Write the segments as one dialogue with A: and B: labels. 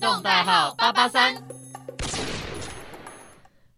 A: 动代号八八三。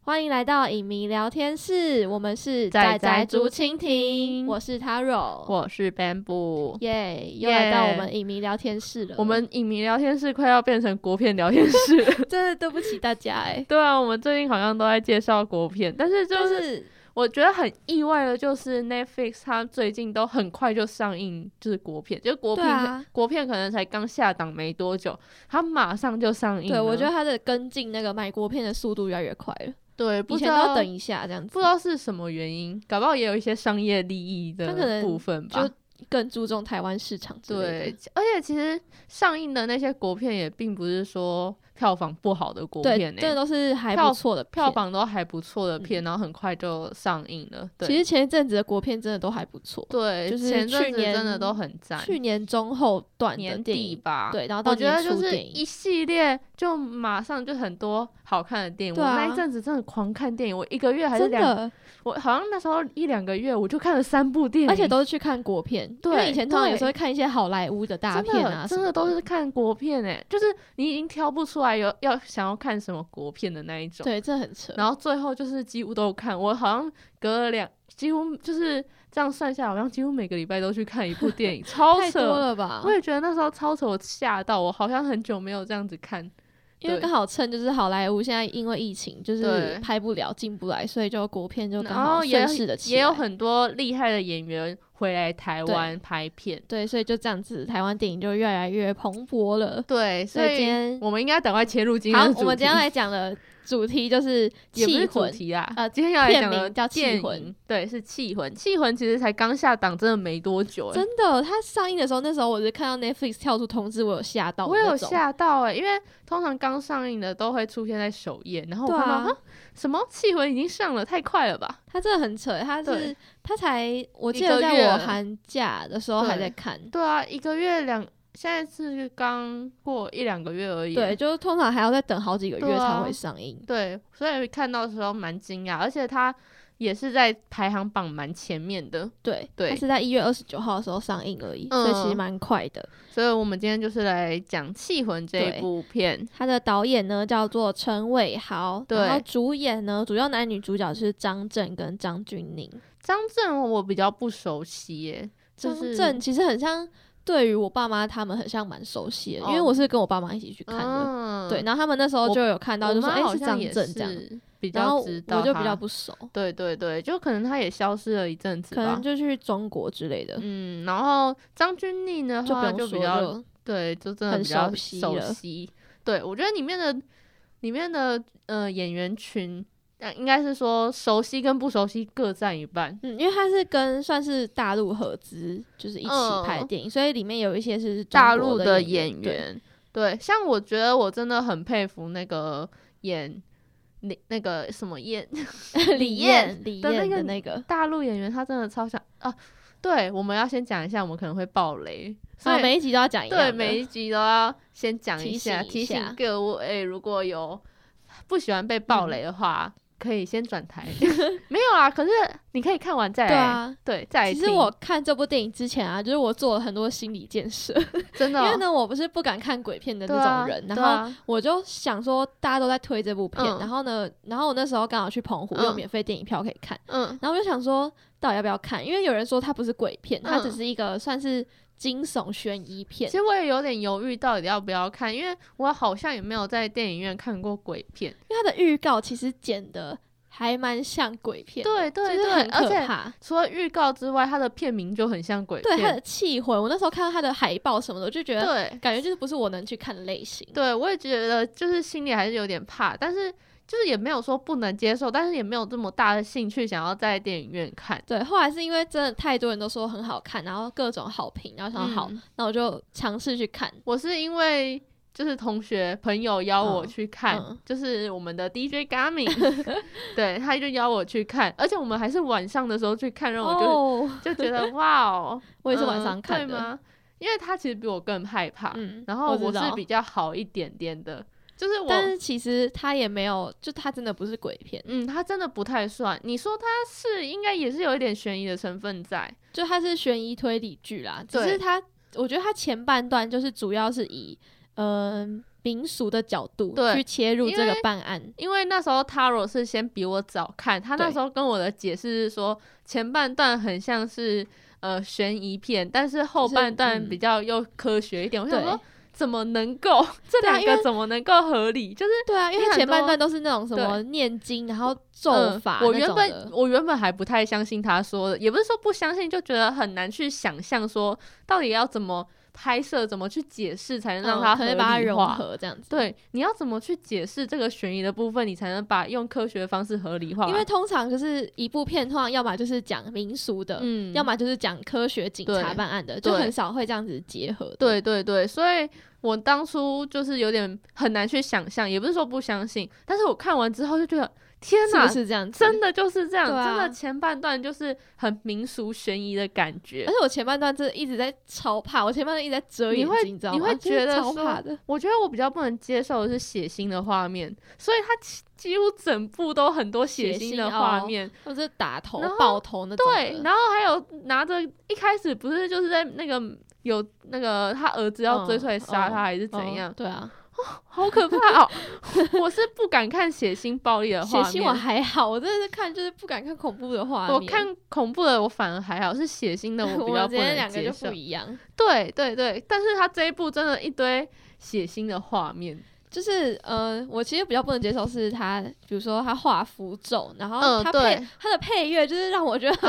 B: 欢迎来到影迷聊天室，我们是
A: 仔仔
B: 仔
A: 竹
B: 竹
A: 蜻
B: 蜻
A: 蜓
B: 蜓，我是 Taro，
A: 我是 Bamboo。
B: 耶又来
A: 耶
B: 到我们影迷聊天室了。
A: 我们影迷聊天室快要变成国片聊天室。
B: 真的对不起大家哎、
A: 对啊，我们最近好像都在介绍国片，但是就
B: 就是是
A: 我觉得很意外的，就是 Netflix 它最近都很快就上映，就是国片，就国片、
B: 对啊
A: 国片可能才刚下档没多久，它马上就上映了。
B: 对我觉得他的跟进那个买国片的速度越来越快了，
A: 对，不
B: 以
A: 知
B: 前都要
A: 道
B: 等一下这样子
A: 不知，道是什么原因，搞不好也有一些商业利益
B: 它可
A: 的
B: 能
A: 部分吧。
B: 就更注重台湾市场之类
A: 对
B: 的。，
A: 而且其实上映的那些国片也并不是说票房不好的国片
B: 对，
A: 呢、
B: 这都是还
A: 票
B: 不错的片。
A: 票
B: 嗯
A: 房都还不错的片，然后很快就上映了。对，
B: 其实前一阵子的国片真的都还不错，
A: 对，
B: 就是
A: 前阵
B: 去
A: 子
B: 年
A: 真的都很赞，
B: 去年中后段的
A: 年
B: 电
A: 底
B: 影，
A: 吧，。
B: 对，然后到
A: 我觉得
B: 年
A: 就
B: 初
A: 是
B: 电影
A: 一系列，就马上就很多好看的电影。
B: 对
A: 我
B: 啊
A: 那一阵子真的狂看电影，我一个月还是
B: 真
A: 两，
B: 的，
A: 我好像那时候一两个月我就看了三部电影，
B: 而且都是去看国片，因
A: 对
B: 为以前通常有时候
A: 对
B: 会看一些好莱坞的大
A: 真
B: 片
A: 的
B: 啊什
A: 真
B: 么的，
A: 的都是看国片诶、就是你已经挑不出来有要想要看什么国片的那一种。
B: 对，这很扯。
A: 然后最后就是几乎都有看，我好像隔了两，几乎就是这样算下来，好像几乎每个礼拜都去看一部电影，超
B: 太多
A: 扯。
B: 了吧
A: 我？也觉得那时候超扯，我吓到我，好像很久没有这样子看。
B: 因为
A: 对
B: 刚好趁就是好莱坞现在因为疫情就是
A: 对
B: 拍不了、进不来，所以就国片就刚
A: 然后
B: 好
A: 也
B: 顺势的起
A: 也有
B: 来
A: 很多厉害的演员回来台
B: 对
A: 湾拍片，
B: 对，所以就这样子，台湾电影就越来越蓬勃了。
A: 对，
B: 所
A: 所
B: 以今
A: 以
B: 天
A: 我们应该赶快切入今天
B: 好
A: 的，
B: 我
A: 主
B: 们今天
A: 题
B: 来讲的主题就是
A: 也
B: 气
A: 不是主
B: 魂，
A: 题啦，
B: 呃
A: 今天要来
B: 片
A: 讲
B: 名
A: 的
B: 叫气
A: 电
B: 魂
A: 影，对，是气魂。气魂其实才刚下档，真的没多久、欸，
B: 真的，它上映的时候，那时候我是看到 Netflix 跳出通知，我有吓到的
A: 我有
B: 那种，
A: 吓到哎、因为通常刚上映的都会出现在首页，然后我
B: 对
A: 看到、
B: 啊
A: 哈，什么气魂已经上了，太快了吧？
B: 它真的很扯，它
A: 对
B: 是它才，我记
A: 一个
B: 得在
A: 月
B: 我寒假的时候还
A: 对
B: 在看，
A: 对啊，一个月两，现在是刚过一两个月而已。
B: 对，就是通常还要再等好几个
A: 对
B: 月
A: 啊
B: 才会上映。
A: 对，所以看到的时候蛮惊讶，而且它也是在排行榜蛮前面的，
B: 对，
A: 对
B: 它是在一月二十九号的时候上映而已，
A: 嗯
B: 所以其实蛮快的。
A: 所以我们今天就是来讲气魂这一
B: 对
A: 部片。
B: 它的导演呢叫做陈伟豪，
A: 对
B: 然后主演呢主要男女主角是张震跟张钧甯。
A: 张震我比较不熟悉耶，就
B: 张
A: 是
B: 震其实很像，对于我爸妈他们很像蛮熟悉的，
A: 哦
B: 因为我是跟我爸妈一起去看的。
A: 嗯
B: 对，然后他们那时候就有看到，
A: 我
B: 就说
A: 妈
B: 哎、
A: 好
B: 是
A: 像
B: 张
A: 也
B: 震这样，
A: 是比
B: 然
A: 较
B: 后
A: 知道，
B: 我就比较。不熟，
A: 对对对，就可能他也消失了一阵子
B: 可
A: 吧，
B: 能就去中国之类的，
A: 嗯，然后张钧甯的
B: 就不
A: 话
B: 用
A: 比
B: 说
A: 较
B: 了。
A: 对，就真的
B: 很
A: 比较
B: 熟悉
A: 熟
B: 了
A: 悉。对，我觉得里面的里面的呃演员群，呃、应该是说熟悉跟不熟悉各占一半。
B: 嗯，因为它是跟算是大陆合资，就是一起拍的
A: 嗯
B: 电影，所以里面有一些是中
A: 大
B: 国
A: 陆
B: 的
A: 演
B: 员，对
A: 员，对，像我觉得我真的很佩服那个演那那个什么燕
B: 李
A: 艳
B: 艳李
A: 的那
B: 艳
A: 个
B: 的那个。
A: 大陆演员，他真的超像啊。对，我们要先讲一下，我们可能会爆雷，所
B: 啊，
A: 以
B: 每一集都要讲一
A: 对
B: 样的
A: 每一集都要先讲一
B: 提
A: 下，
B: 醒一
A: 提醒
B: 下嗯
A: 各位，哎如果有不喜欢被爆雷的话，可以先转 台。没有啊，可是你可以看完再来，
B: 对啊。
A: 对，再来
B: 其
A: 听。
B: 实我看这部电影之前啊，就是我做了很多心理建设，
A: 真的
B: 因
A: 哦、
B: 为呢，我不是不敢看鬼片的
A: 对
B: 那
A: 啊
B: 种人，
A: 对
B: 然后
A: 啊
B: 我就想说大家都在推这部片，
A: 嗯
B: 然后呢，然后我那时候刚好去澎湖，有
A: 嗯
B: 免费电影票可以看，
A: 嗯，
B: 然后我就想说到底要不要看，因为有人说它不是鬼片，它
A: 嗯
B: 只是一个算是惊悚悬疑片
A: 其，实我也有点犹豫，到底要不要看，因为我好像也没有在电影院看过鬼片。
B: 因为它的预告其实剪的还蛮像鬼片的，
A: 对对
B: 就是
A: 对，
B: 很
A: 而
B: 可
A: 且
B: 怕。
A: 除了预告之外，它的片名就很像鬼
B: 对它
A: 片
B: 的。气魂，我那时候看到它的海报什么的，我就觉得
A: 对
B: 感觉就是不是我能去看的类型。
A: 对，我也觉得就是心里还是有点怕，但是就是也没有说不能接受，但是也没有这么大的兴趣想要在电影院看。
B: 对，后来是因为真的太多人都说很好看，然后各种好评，然后想说好，
A: 嗯
B: 那我就尝试去看。
A: 我是因为就是同学朋友邀我
B: 嗯
A: 去看，
B: 嗯
A: 就是我们的 DJ Gami，对， 他就邀我去看，而且我们还是晚上的时候去看，让我就、
B: 哦，
A: 就觉得哇哦，
B: 我也是晚上看
A: 嗯对
B: 的。
A: 吗？因为他其实比我更害怕，
B: 嗯
A: 然后
B: 我
A: 我
B: 知
A: 是
B: 道
A: 比较好一点点的，就是我，
B: 但是其实它也没有，就它真的不是鬼片，
A: 嗯，他真的不太算。你说他是应该也是有一点悬疑的成分在，
B: 就它是悬疑推理剧啦。只
A: 对
B: 是它，我觉得它前半段就是主要是以嗯、民俗的角度
A: 对
B: 去切入
A: 因
B: 这个
A: 为
B: 办案，
A: 因为那时候 Taro 是先比我早看，他那
B: 对
A: 时候跟我的解释是说，前半段很像是呃悬疑片，但是后
B: 就是
A: 半段
B: 嗯
A: 比较又科学一点。我想
B: 对
A: 说，怎么能够 这
B: 对啊
A: 两
B: 因
A: 个
B: 为
A: 怎么能够合理？就是
B: 对啊，因为
A: 因为
B: 它前
A: 很
B: 半
A: 多
B: 段都是那种什
A: 对
B: 么念经，然后
A: 嗯
B: 咒法
A: 我
B: 那
A: 原
B: 种
A: 本
B: 的
A: 我原本还不太相信他说的，也不是说不相信，就觉得很难去想象说到底要怎么拍摄，怎么去解释才能让
B: 嗯
A: 它
B: 可
A: 合
B: 能把它
A: 理
B: 融
A: 化。
B: 合这样子。
A: 对，你要怎么去解释这个悬疑的部分，你才能把用科学的方式合理化？
B: 因为通常就是一部片，通常要么就是讲民俗的，
A: 嗯
B: 要么就是讲科学警察
A: 对
B: 办案的，就
A: 对
B: 很少会这样子结合的。
A: 对对对，所以我当初就是有点很难去想象，也不是说不相信，但是我看完之后就觉得，天
B: 是
A: 哪，
B: 不是这样子？
A: 真的就是这样，
B: 对
A: 真
B: 啊
A: 的前半段就是很民俗悬疑的感觉
B: 而。且我前半段真的一直在超怕，我前半段一直在遮
A: 你
B: 眼
A: 会
B: 睛，你知道吗？
A: 你会
B: 就是
A: 觉得
B: 超
A: 说
B: 怕的。
A: 我觉得我比较不能接受的是血腥的画面，所以它几几乎整部都很多血
B: 血
A: 腥
B: 腥
A: 的
B: 哦
A: 画面。
B: 或者是打头
A: 然后、
B: 爆头那种的。
A: 对，然后还有拿着一开始不是就是在那个有那个他儿子要追出来杀他
B: 嗯
A: 还是怎
B: 嗯
A: 样，
B: 对啊，
A: 好 可怕哦！我是不敢看血腥暴力的
B: 血
A: 画
B: 腥我
A: 面。
B: 还好，我真的是看就是不敢看恐怖的画面。
A: 我看恐怖的我反而还好，是血腥的 我
B: 我
A: 比较
B: 们
A: 不
B: 今天
A: 能
B: 两个
A: 接
B: 就
A: 受
B: 不。一样，
A: 对对对，但是他这一部真的一堆血腥的画面，
B: 就是呃，我其实比较不能接受是他，比如说他画符咒，然后
A: 嗯
B: 他
A: 对
B: 配、他的配乐就是让我觉得很可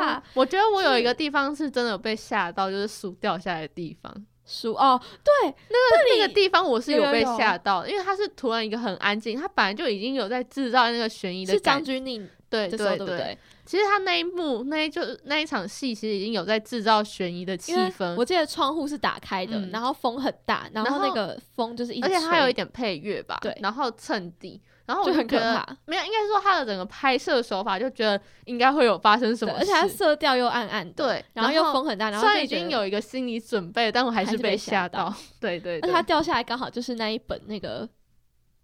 B: 怕。
A: 哦我觉得我有一个
B: 是
A: 地方是真的有被吓到，就是书掉下来的地方。
B: 书哦，对，
A: 那
B: 里
A: 那个地方我是
B: 有
A: 有
B: 有
A: 被
B: 有
A: 吓到，因为它是突然一个很安静，它本来就已经有在制造那个悬疑的
B: 是
A: 感
B: 张
A: 觉。
B: 钧甯
A: 对
B: 这时候
A: 对
B: 对不对？
A: 其实他那一幕，那一就是那一场戏，其实已经有在制造悬疑的气
B: 因为
A: 氛，
B: 我记得窗户是打开的，
A: 嗯
B: 然后风很大，然后
A: 然后
B: 那个风就是一直
A: 而
B: 吹，
A: 且它有一点配乐吧，
B: 对
A: 然后衬底，然后我
B: 就很
A: 觉
B: 可
A: 得
B: 怕，
A: 没有，应该说它的整个拍摄手法就觉得应该会有发生什
B: 对，
A: 么
B: 而
A: 事，
B: 且它色调又暗暗的，
A: 对，
B: 然后又风很大，然后
A: 虽然
B: 就
A: 已
B: 觉
A: 经
B: 得，
A: 有一个心理准备，但我还
B: 还
A: 是
B: 是被
A: 吓
B: 吓
A: 到。 对对
B: 而且
A: 对
B: 它，掉下来刚好就是那一本那个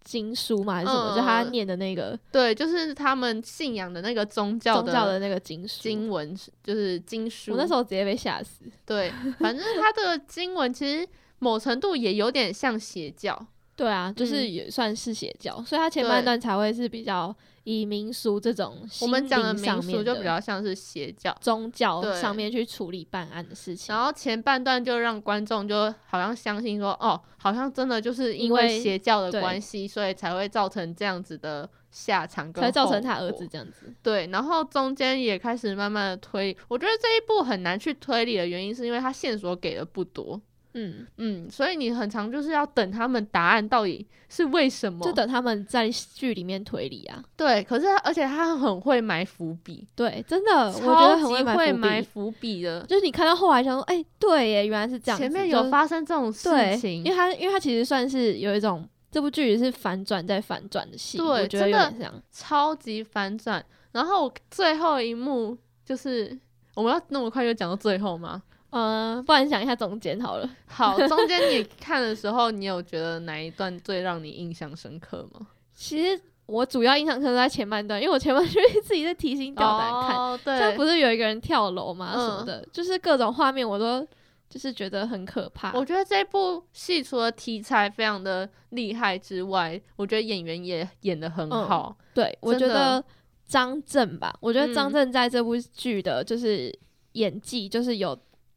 B: 经书嘛，还是什么，
A: 嗯
B: 就他念的那个
A: 对，就是他们信仰的那个宗教
B: 宗教
A: 的
B: 的那个经书。
A: 经文，就是经书。嗯
B: 我那时候直接被吓死，
A: 对，反正它这个经文其实某程度也有点像邪教。
B: 对啊，就是
A: 嗯
B: 也算是邪教，所以他前
A: 对
B: 半段才会是比较以民俗这种
A: 我们讲的
B: 心灵上
A: 民俗
B: 面
A: 就
B: 的
A: 比较像是邪教。
B: 宗教
A: 对
B: 上面去处理办案的事情
A: 然。后前半段就让观众就好像相信说，哦，好像真的就是因
B: 因
A: 为
B: 为
A: 邪教的
B: 对
A: 关系，所以才会造成这样子的下场跟
B: 才造成
A: 后
B: 他儿
A: 果
B: 子这样子。
A: 对，然后中间也开始慢慢的推，我觉得这一步很难去推理的原因，是因为它线索给的不多，
B: 嗯，
A: 嗯，所以你很常就是要等他们答案到底是为什
B: 嗯
A: 么
B: 就，等他们在剧里面推理啊。
A: 对，可是而且他很会埋伏笔，
B: 对，真的，呃我觉
A: 超
B: 得
A: 级
B: 很
A: 会埋
B: 埋伏笔。
A: 伏笔的，
B: 就是你看到后来想说，哎、对耶，原来是这样子。
A: 前面
B: 就
A: 有发生这种
B: 对
A: 事，情
B: 因为，他因为他其实算是有一种这部剧是反转再反转的戏，
A: 对
B: 我觉得
A: 真
B: 有
A: 的
B: 点像。
A: 超级反转，然后最后一幕就是我们要那么快就讲到最后吗？
B: 嗯、不然你想一下中间好了。
A: 好，中间 你看的时候，你有觉得哪一段最让你印象深刻吗？
B: 其实我主要印象可能在前半段，因为我前半段就自己在提心吊胆看，
A: 哦、对，
B: 像不是有一个人跳楼嘛什么
A: 嗯
B: 的，就是各种画面我都就是觉得很可怕。
A: 我觉得这部戏除了题材非常的厉害之外，我觉得演员也演得很
B: 嗯
A: 好。
B: 对，我觉
A: 真的
B: 得张震吧，我觉得张
A: 嗯
B: 震在这部剧的就是演技，就是有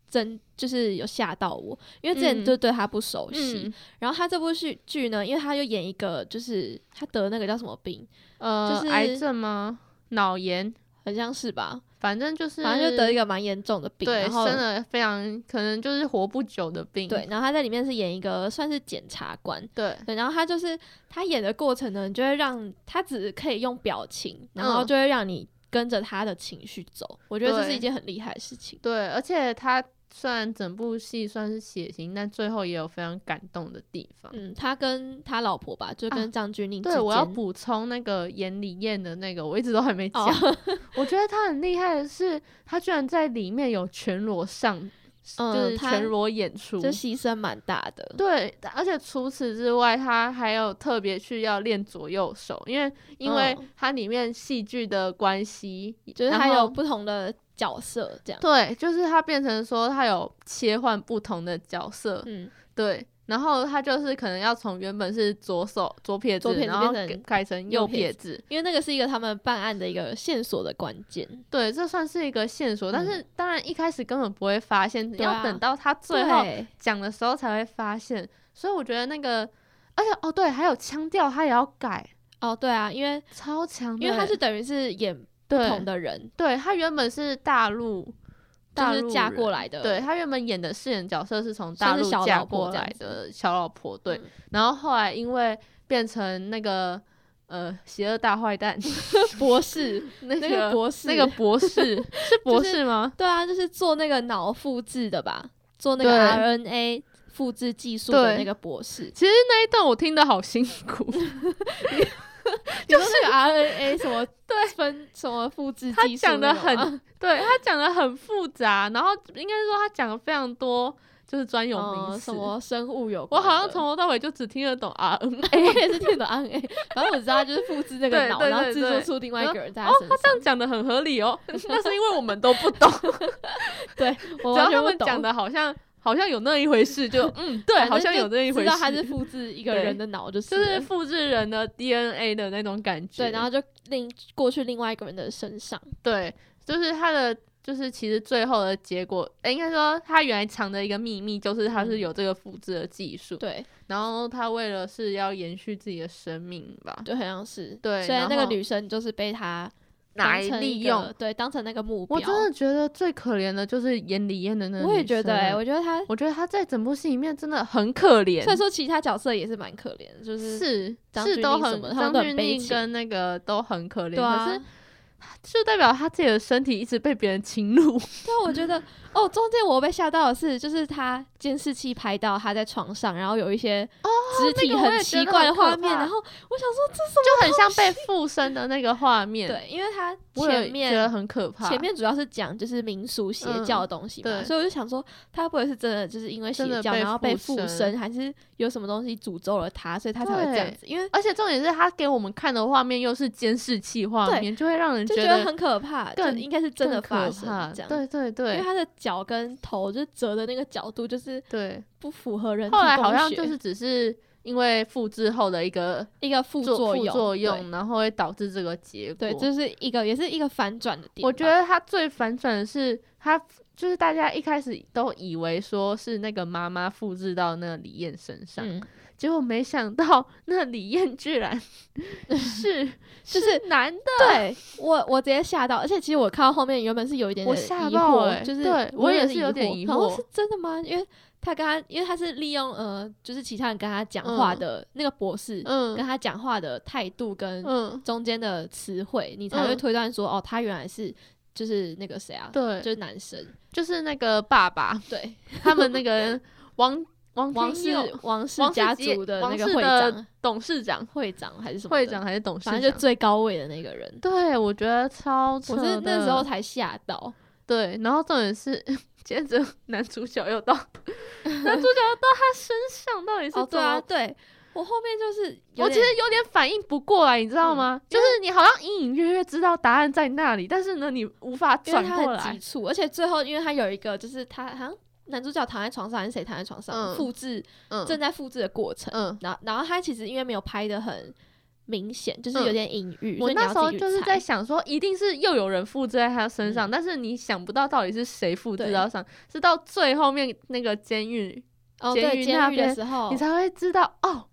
B: 真，就是有吓到我，因为之前
A: 嗯
B: 就对他不熟悉。
A: 嗯，
B: 然后他这部剧剧呢，因为他就演一个，就是他得那个叫什么病，
A: 呃，
B: 就是
A: 癌症吗？脑炎，
B: 很像是吧？
A: 反正就是，
B: 反正就得一
A: 个
B: 个蛮严重的病，
A: 对
B: 然后
A: 生了非常可能就是活不久的病。
B: 对，然后他在里面是演一个算是检察官。
A: 对，
B: 对，然后他就是他演的过程呢，就会让他只可以用表情，然后
A: 嗯
B: 就会让你跟着他的情绪走。我觉得这是
A: 对
B: 一件很厉害的事情。
A: 对，而且他虽然整部戏算是血腥，但最后也有非常感动的地方。
B: 嗯，他跟他老婆吧，就
A: 啊
B: 跟张钧甯之
A: 对，我要
B: 间
A: 补充那个演李艳的那个，我一直都还没 讲。
B: 哦，
A: 我觉得他很厉害的是，他居然在里面有全裸上，
B: 嗯
A: 就是
B: 他
A: 全裸演出
B: 就。牺牲蛮大的。
A: 对，而且除此之外，他还有特别去要练左右手，因为因为
B: 嗯
A: 它里面戏剧的关系，
B: 就是
A: 然
B: 他有
A: 后
B: 不同的角色这样。
A: 对，就是他变成说他有切换不同的角色，
B: 嗯，
A: 对，然后他就是可能要从原本是左手左撇子
B: 左，撇子
A: 然后
B: 变成
A: 改改成
B: 右
A: 右
B: 撇
A: 撇子。
B: 因为那个是一个他们办案的一个线索的关键。
A: 对，这算是一个线索，但是当然一开始根本不会发现，
B: 嗯对啊
A: 要等到他最后
B: 对，
A: 讲的时候才会发现。所以我觉得那个，而且哦对，还有腔调他也要改，
B: 哦，对啊，因为
A: 超强的欸，
B: 因为他是等于是演不同
A: 对
B: 的人，
A: 对，他原本是大陆，
B: 就
A: 大
B: 是
A: 陆
B: 嫁
A: 人
B: 过来的，
A: 对他原本演的饰演角色是从
B: 算
A: 大
B: 是
A: 陆
B: 小
A: 嫁
B: 老婆
A: 过
B: 这样
A: 来
B: 子
A: 的小老婆，对，
B: 嗯
A: 然后后来因为变成那个呃邪恶大 坏蛋
B: 博士，
A: 那
B: 那个
A: 个
B: 博士，
A: 那个博士是博
B: 就是
A: 士吗？
B: 对啊，就是做那个脑复制的吧，做那个
A: 对
B: RNA 复制技术的
A: 对
B: 那个博 士，
A: 其实那一段我听得好辛苦，
B: 就是那个 RNA 什么对分什么复制
A: 他
B: 技术
A: 讲
B: 那
A: 的
B: 种啊吗，
A: 很，对他讲的很复杂，然后应该是说他讲的非常多，就是专有名
B: 嗯
A: 词。
B: 什么生物有
A: 我
B: 关的，
A: 好像从头到尾就只听得懂 RNA。
B: 我也是听得懂 RNA，反正我知道就是复制那个
A: 对
B: 脑，
A: 对
B: 然后
A: 对
B: 制作
A: 对
B: 出另外一个人在他
A: 哦，
B: 身
A: 他这
B: 上
A: 样，讲的很合理哦， 那是因为我们都不懂，
B: 对，我完
A: 只要他
B: 全不
A: 们讲
B: 懂。
A: 的好像好像有那一回事，就 嗯，对，
B: 反
A: 好
B: 正
A: 像
B: 就
A: 有那一回
B: 知
A: 事。
B: 道
A: 嗯
B: 他是复制一个
A: 对
B: 人的脑，就是
A: 就
B: 了
A: 是复制人的 DNA 的那种感觉。
B: 对，然后就另过去另外一个人的身上，
A: 对，就是他的，就是其实最后的结果，诶应该说他原来藏的一个秘密，就是他是有这个复制的技术，
B: 嗯对，
A: 然后他为了是要延续自己的生命吧，
B: 就好像是
A: 对
B: 所以
A: 然
B: 那个
A: 后
B: 女生就是被他
A: 拿
B: 当
A: 来
B: 成
A: 利
B: 一个
A: 用。
B: 对，当成那个目标。
A: 我真的觉得最可怜的就是演李艳的那个
B: 我也
A: 女
B: 觉得、
A: 生
B: 欸，
A: 欸
B: 我觉得他
A: 我觉得她在整部戏里面真的很可怜，
B: 虽然说其他角色也是蛮可怜的，就是
A: 是
B: 张
A: 是
B: 钧
A: 都
B: 甯什
A: 很
B: 么他们
A: 张
B: 都很
A: 钧
B: 悲
A: 甯
B: 情
A: 跟那个都很可怜，
B: 对啊
A: 可是。就代表他自己的身体一直被别人侵入，
B: 对啊，我觉得哦，中间我被吓到的是，就是他监视器拍到他在床上，然后有一些肢体
A: 哦那个我也
B: 很
A: 觉
B: 奇
A: 得
B: 怪的
A: 很可
B: 画面，
A: 怕
B: 然后我想说这是什
A: 就很像被附身的那个画面。
B: 么？，对，因为他
A: 我也
B: 前
A: 觉得
B: 面。
A: 很可怕。
B: 前面主要是讲就是民俗邪教的东西嘛，
A: 嗯对
B: 所以我就想说，他会不会是真的就是因为邪
A: 真的
B: 教
A: 被
B: 然后被附
A: 附
B: 身，还是有什么东西诅咒了他，所以他才会这样
A: 对
B: 子？因为
A: 而且重点是他给我们看的画面又是监视器画面，就会让人
B: 就觉得
A: 得
B: 很可怕，就
A: 更
B: 应该是真的
A: 更可
B: 发生
A: 怕。
B: 这样。
A: 对对
B: 因为
A: 对
B: 他的脚跟头就是折的那个角度就是
A: 对。
B: 不符合人体
A: 后来
B: 工
A: 好像
B: 学
A: 就是只是因为复制后的一个
B: 一个副
A: 作
B: 用，
A: 副作用，然后会导致这个结果。
B: 对，对，就是一个也是一个反转的点吧。
A: 我觉得他最反转的是，他就是大家一开始都以为说是那个妈妈复制到那个李艳身上，
B: 嗯，
A: 结果没想到 那李艳居 然是
B: 就是
A: 男的，
B: 对我我直接吓到，而且其实我看到后面原本是有一点
A: 我
B: 点
A: 吓
B: 疑
A: 到
B: 惑
A: 欸
B: 就是
A: 对我也
B: 原本
A: 是
B: 是
A: 有点
B: 疑
A: 疑
B: 然后
A: 惑
B: 是真的吗？因为他跟他，因为他是利用呃，就是其他人跟他讲话
A: 嗯
B: 的、那个博士、跟
A: 嗯
B: 他讲话的态度跟
A: 嗯，
B: 中间的词汇，你才会
A: 嗯
B: 推断说、哦，他原来是就是那个谁啊，
A: 对，
B: 就是男生，
A: 就是那个爸爸，
B: 对，
A: 他们 那个王王
B: 王
A: 天
B: 氏
A: 佑
B: 王氏
A: 王氏
B: 家
A: 杰
B: 族的
A: 王
B: 那个
A: 氏
B: 会
A: 的
B: 长，
A: 董事长、
B: 会长还是什么的
A: 会长，还是董事
B: 反正就
A: 长？
B: 最高位的那个人。
A: 对，我觉得超扯
B: 我
A: 的。
B: 是那时候才吓到，
A: 对，然后重点是， 接着男主角又到 男主角又到他身上，到底是怎么？
B: 对啊，对我后面就是有
A: 我
B: 点，
A: 其实有点嗯反应不过来，你知道吗？就是你好像隐隐约约知道答案在那里，但是呢，你无法
B: 因为
A: 转
B: 他
A: 过
B: 很急
A: 来。
B: 促，而且最后因为他有一个就是他好像男主角躺在床上还是谁躺在床上、
A: 嗯
B: 复制
A: 嗯
B: 正在复制的过程，
A: 嗯，
B: 然后然后他其实因为没有拍的很明显，就是有
A: 嗯
B: 点隐喻，所
A: 我
B: 以你
A: 那
B: 要
A: 时候
B: 自己去
A: 就是
B: 猜
A: 在想说，嗯一定是又有人复制在他身上，但是你想不到到底是谁复
B: 对
A: 制到上，是到最后面那个监狱，
B: 哦
A: 监
B: 对
A: 狱
B: 监
A: 那
B: 狱的
A: 边
B: 时候，
A: 你才会知道哦，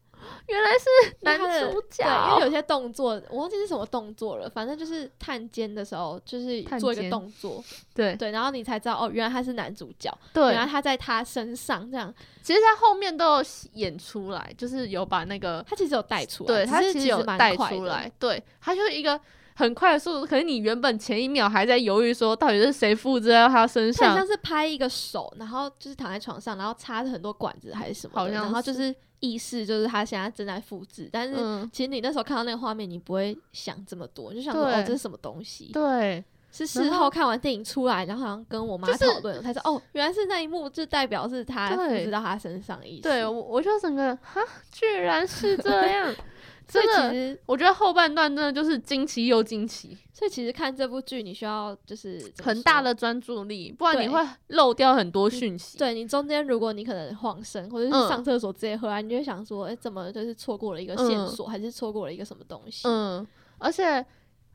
A: 原来是
B: 因为
A: 男
B: 他的
A: 主角。
B: 对，因为有些动作我忘记是什么动作了，反正就是探监的时候就是
A: 探
B: 做一个
A: 监
B: 动作，
A: 对
B: 对，然后你才知道哦，原来他是男主角，
A: 对，
B: 原来他在他身上这样，
A: 其实他后面都有演出来，就是有把那个
B: 他其实有带出来，
A: 对
B: 只
A: 他
B: 是
A: 其
B: 其
A: 实有
B: 蛮
A: 带
B: 快
A: 出
B: 的
A: 来，，对他就是一个很快的速度。可是你原本前一秒还在犹豫说到底是谁复制到他身
B: 他很
A: 上
B: 像，是拍一个手，然后就是躺在床上，然后插着很多管子还是什么的，
A: 好像
B: 然后就是是意识就是他现在正在复制，但是。
A: 嗯，
B: 其实你那时候看到那个画面，你不会想这么多，你就想说
A: 对
B: 哦，这是什么东西？
A: 对
B: 是事
A: 然
B: 后
A: 后
B: 看完电影出来，然后好像跟我妈
A: 就是
B: 讨论，才说哦，原来是那一幕，就代表是他复
A: 对
B: 制到他身上的意思。
A: 对，我我就整个哈，居然是这样。
B: 所以
A: 真的
B: 其实，
A: 我觉得后半段真的就是惊奇又惊奇，
B: 所以其实看这部剧，你需要就是怎么
A: 很大
B: 说。
A: 的专注力，不然
B: 对
A: 你会漏掉很多讯息。
B: 对你中间，如果你可能晃神，或者是
A: 嗯
B: 上厕所直接喝啊，你就会想说，哎、怎么就是错过了一个线
A: 嗯
B: 索，还是错过了一个什么东西？
A: 嗯，而且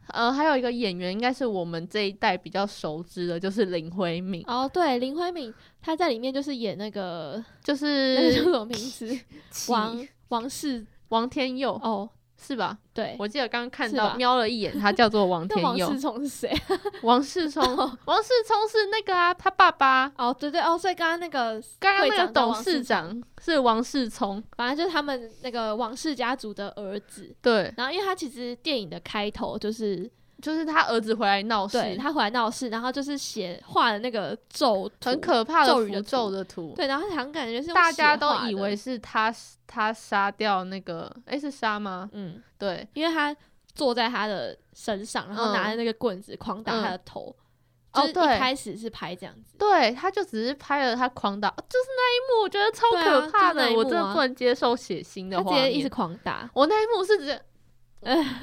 A: 呃，还有一个演员应该是我们这一代比较熟知的，就是林慧敏，
B: 哦，对，林慧敏她在里面就是演那个
A: 就
B: 那 个叫
A: 是
B: 什么名字？
A: 启
B: 王王世
A: 王天佑、
B: 哦，
A: 是吧？
B: 对，
A: 我记得刚刚看
B: 是
A: 到
B: 吧
A: 瞄了一眼，他 叫做王
B: 那
A: 天
B: 王
A: 佑
B: 世。聪是哦谁？
A: 王世聪，王世聪是那个啊，他爸爸
B: 哦，对对哦，所以刚刚那个，
A: 刚刚
B: 会
A: 那
B: 长
A: 个
B: 叫
A: 董
B: 王
A: 事
B: 世
A: 长是王世聪，
B: 反正就是他们那个王氏家族的儿子。
A: 对，
B: 然后，因为他其实电影的开头就是
A: 就是他儿子回来闹事，
B: 对他回来闹事，然后就是写画了那个咒图
A: 很可怕的
B: 咒语
A: 符
B: 的
A: 咒
B: 图
A: 的图，
B: 对，然后好像感觉是用
A: 大家
B: 写画
A: 都以
B: 的
A: 为是他他杀掉那个，诶、是杀吗？
B: 嗯，
A: 对，
B: 因为他坐在他的身上，然后
A: 嗯
B: 拿着那个棍子狂打他的头。
A: 哦
B: 就是
A: 对
B: 一开始是拍这样子，
A: 对，他就只是拍了他狂打，哦就是那一幕，我觉得超
B: 对啊
A: 可怕
B: 就是
A: 的，
B: 那一幕
A: 我
B: 啊
A: 真的不能接受血腥的
B: 他直
A: 画
B: 接一直
A: 面。
B: 狂打，
A: 我那一幕是 直接，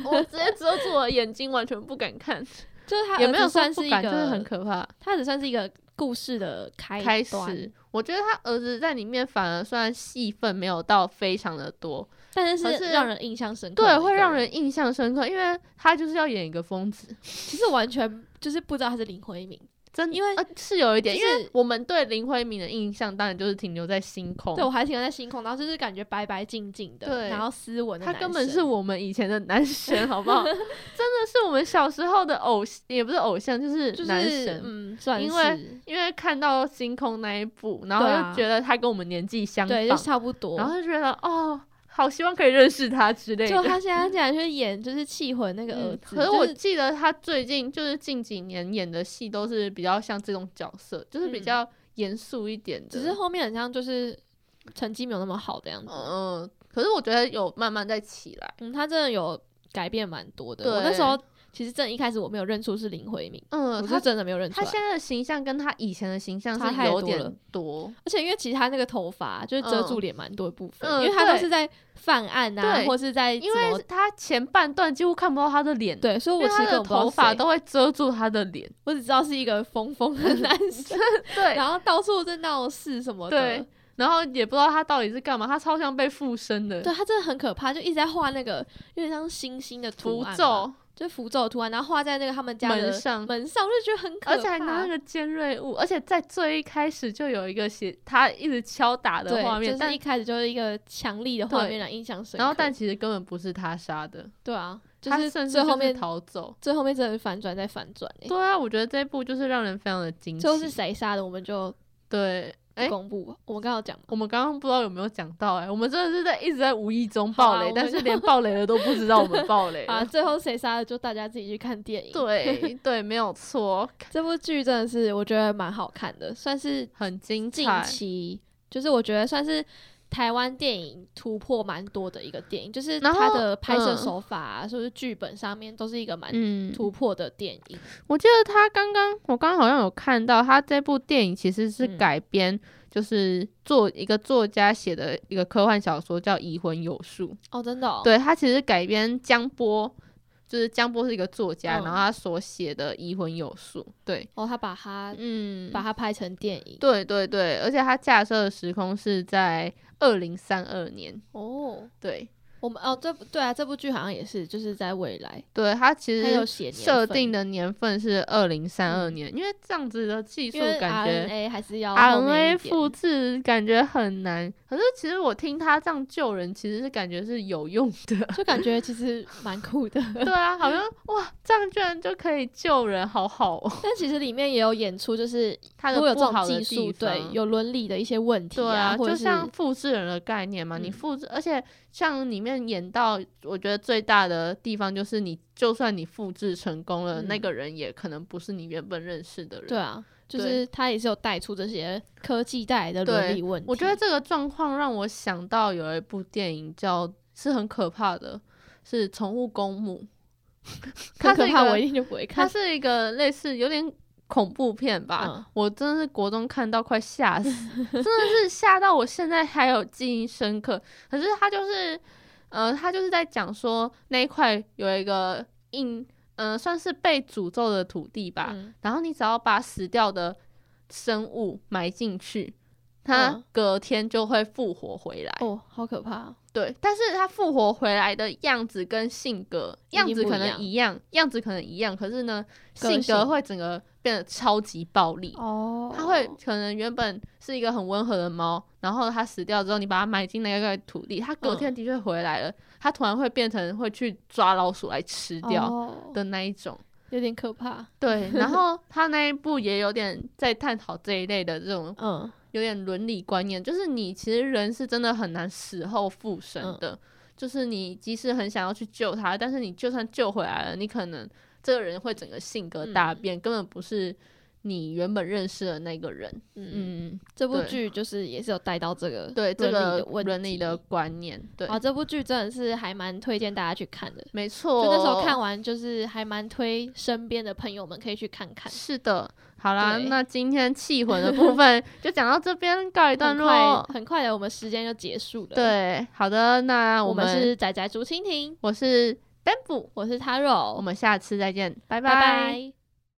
A: 我直接遮住我的眼睛，完全不敢看，
B: 就是他
A: 也
B: 儿
A: 没
B: 子
A: 有说
B: 算
A: 不
B: 是一
A: 敢，
B: 个，
A: 就是很可怕。
B: 他只算是一个故事的开
A: 开
B: 端
A: 始，我觉得他儿子在里面反而虽然戏份没有到非常的多，
B: 但是
A: 可
B: 是
A: 是
B: 让人印象深刻的一
A: 对，
B: 个，
A: 会让人印象深刻，因为他就是要演一个疯子。
B: 其实完全就是不知道他是林慧敏。
A: 真
B: 因为
A: 呃、是有一点，
B: 就
A: 因为
B: 是
A: 我们对林慧敏的印象当然就是停留在星空，
B: 对我还停留在星空，然后就是感觉白白净净的，
A: 哦对
B: 然后斯文的
A: 他
B: 男生。
A: 根本是我们以前的男神，好 不好？真的是我们小时候的偶，也不是偶像，就是
B: 就是
A: 男神。
B: 嗯，算
A: 因为
B: 是
A: 因为看到星空那一部，然后
B: 对啊
A: 又觉得他跟我们年纪相仿，
B: 对，就差不多。
A: 然后就觉得哦，好希望可以认识他之类
B: 就
A: 的。
B: 他现在竟然去演就是气魂那个儿
A: 嗯，
B: 子，
A: 可是
B: 就
A: 我记得他最近就是近几年演的戏都是比较像这种角色，就是比
B: 嗯
A: 较严肃一点的。
B: 只是后面很像就是成绩没有那么好的样子。
A: 嗯，可是我觉得有慢慢在起来。
B: 嗯，他真的有改变蛮多的。我那
A: 对
B: 时候其实正一开始我没有认出是林慧敏，
A: 嗯，
B: 我
A: 他
B: 是真的没有认出
A: 他
B: 来。
A: 现在的形象跟他以前的形象
B: 差
A: 是
B: 太
A: 有
B: 多了
A: 点多，
B: 而且因为其实他那个头发就是遮住
A: 嗯
B: 脸蛮多一部分，
A: 嗯
B: 因为他都
A: 对
B: 是在犯案啊，
A: 对
B: 或是在
A: 因
B: 怎么
A: 为他前半段几乎看不到他的脸，，
B: 对，所以
A: 因
B: 我
A: 为
B: 其
A: 他
B: 实根
A: 的
B: 本不知道
A: 头发
B: 谁
A: 都会遮住他的 脸，
B: 我只知道是一个疯疯的男生，
A: 对，
B: 然后到处在闹事什么的。
A: 对，然后也不知道他到底是干嘛，他超像被附身的
B: 对他真的很可怕，就一直在画那个有点像星星的图
A: 符
B: 案吧，
A: 咒，
B: 就符咒的图案，然后画在那个他们家的
A: 门上。
B: 门上，我就觉得很可怕。
A: 而且还拿那个尖锐物，而且在最一开始就有一个写他一直敲打的画
B: 对，
A: 面，
B: 就是
A: 但
B: 一开始就是一个强力的画面来印象深刻。
A: 然后但其实根本不是他杀的，
B: 对啊，就
A: 他
B: 是
A: 甚至
B: 最
A: 就
B: 后
A: 是
B: 面
A: 逃走。
B: 最后面真的是反转再反转哎、
A: 对啊，我觉得这一部就是让人非常的惊喜。
B: 最后是谁杀的，我们就
A: 对，
B: 不
A: 哎
B: 公布。我们刚刚有讲嘛，
A: 我们刚刚不知道有没有讲到、哎，我们真的是在一直在无意中爆
B: 好啊
A: 雷，
B: 我们
A: 但是
B: 就
A: 连爆雷了都不知道我们爆雷
B: 啊，
A: 了。
B: 最后谁杀的就大家自己去看电影。，
A: 对对，没有错，
B: 这部剧真的是我觉得蛮好看的，算是
A: 很精
B: 近
A: 彩。
B: 期，就是我觉得算是台湾电影突破蛮多的一个电影，就是
A: 然后
B: 它的拍摄
A: 嗯
B: 手法啊，说、是剧本上面都是一个蛮
A: 嗯，
B: 突破的电影。
A: 我记得他刚刚，我刚刚好像有看到，他这部电影其实是
B: 嗯
A: 改编，就是作一个作家写的一个科幻小说，叫《移魂有术》。
B: 哦，真的、哦，
A: 对他其实改编江波，就是江波是一个作家，
B: 嗯
A: 然后他所写的《移魂有术》，对，
B: 哦，他把它、
A: 嗯，
B: 把它拍成电影。
A: 对对对，而且它架设的时空是在二零三二年，
B: 哦，
A: 对
B: 我们哦，这部对啊，这部剧好像也是，就是在未来，
A: 对，它其
B: 它有
A: 实
B: 写年
A: 设
B: 份
A: 定，的年份是二零三二
B: 嗯
A: 年，因为这样子的技术
B: 因为
A: 感觉
B: RNA 还是要后面
A: RNA
B: 一点。
A: 复制感觉很难，可是其实我听他这样救人，其实是感觉是有用的
B: 就感觉其实蛮酷的。
A: 对啊，好像 哇，这样居然就可以救人，好好哦。
B: 但其实里面也有演出，就是
A: 他的
B: 如果有这
A: 不
B: 种
A: 好的
B: 技术
A: 地，
B: 对
A: 方，
B: 有伦理的一些问题
A: 对啊，
B: 或者
A: 就是像复制人的概念嘛，你
B: 嗯
A: 复制，而且像里面演到，我觉得最大的地方就是你，就算你复制成功了，那
B: 嗯
A: 个人也可能不是你原本认识的人。
B: 对啊，就
A: 对
B: 是他也是有带出这些科技带来的伦
A: 对
B: 理问题。
A: 我觉得这个状况让我想到有一部电影叫是很可怕的，是《宠物公墓》， 它
B: 很
A: 是
B: 可
A: 一
B: 怕，
A: 个
B: 我一定就不会
A: 它
B: 看。
A: 是一个类似有点恐怖片吧。
B: 嗯
A: 我真的是国中看到快吓死，真的是吓到我现在还有记忆深刻。可是它就是，呃，他就是在讲说那一块有一个印，嗯、呃，算是被诅咒的土地吧。
B: 嗯
A: 然后你只要把死掉的生物埋进去，它
B: 嗯
A: 隔天就会复活回来。
B: 哦，好可怕哦，
A: 对，但是它复活回来的样子跟性格
B: 一定
A: 样子
B: 不
A: 可
B: 一
A: 能
B: 样
A: 一样，样子可能一样，可是呢，
B: 个
A: 性格
B: 性
A: 会整个变得超级暴力。
B: 哦
A: 它会可能原本是一个很温和的猫，然后它死掉之后，你把它埋进那个土地，它隔天
B: 嗯
A: 的确回来了，它突然会变成会去抓老鼠来吃掉
B: 哦
A: 的那一种。
B: 有点可怕，
A: 对，然后它那一部也有点在探讨这一类的这种
B: 嗯，
A: 有点伦理观念，就是你其实人是真的很难死后复生
B: 嗯
A: 的，就是你即使很想要去救他，但是你就算救回来了，你可能这个人会整个性格大
B: 嗯
A: 变，根本不是你原本认识的那个人。
B: 嗯，
A: 嗯，
B: 这部
A: 对
B: 剧就是也是有带到这个
A: 嗯对，这
B: 伦
A: 个
B: 理的问
A: 伦理
B: 题
A: 的观念，对，
B: 啊，这部剧真的是还蛮推荐大家去看的。
A: 没错。
B: 就那时候看完，就是还蛮推身边的朋友们可以去看看。
A: 是的，好啦，
B: 对
A: 那今天气魂的部分 就讲到这边告一段
B: 很快，
A: 落。
B: 很快的，我们时间就结束了。，
A: 对，好的，那
B: 我
A: 我们
B: 们是仔仔竹蜻蜓，
A: 我是 Bamboo，
B: 我是 Taro，
A: 我们下次再见，拜
B: 拜拜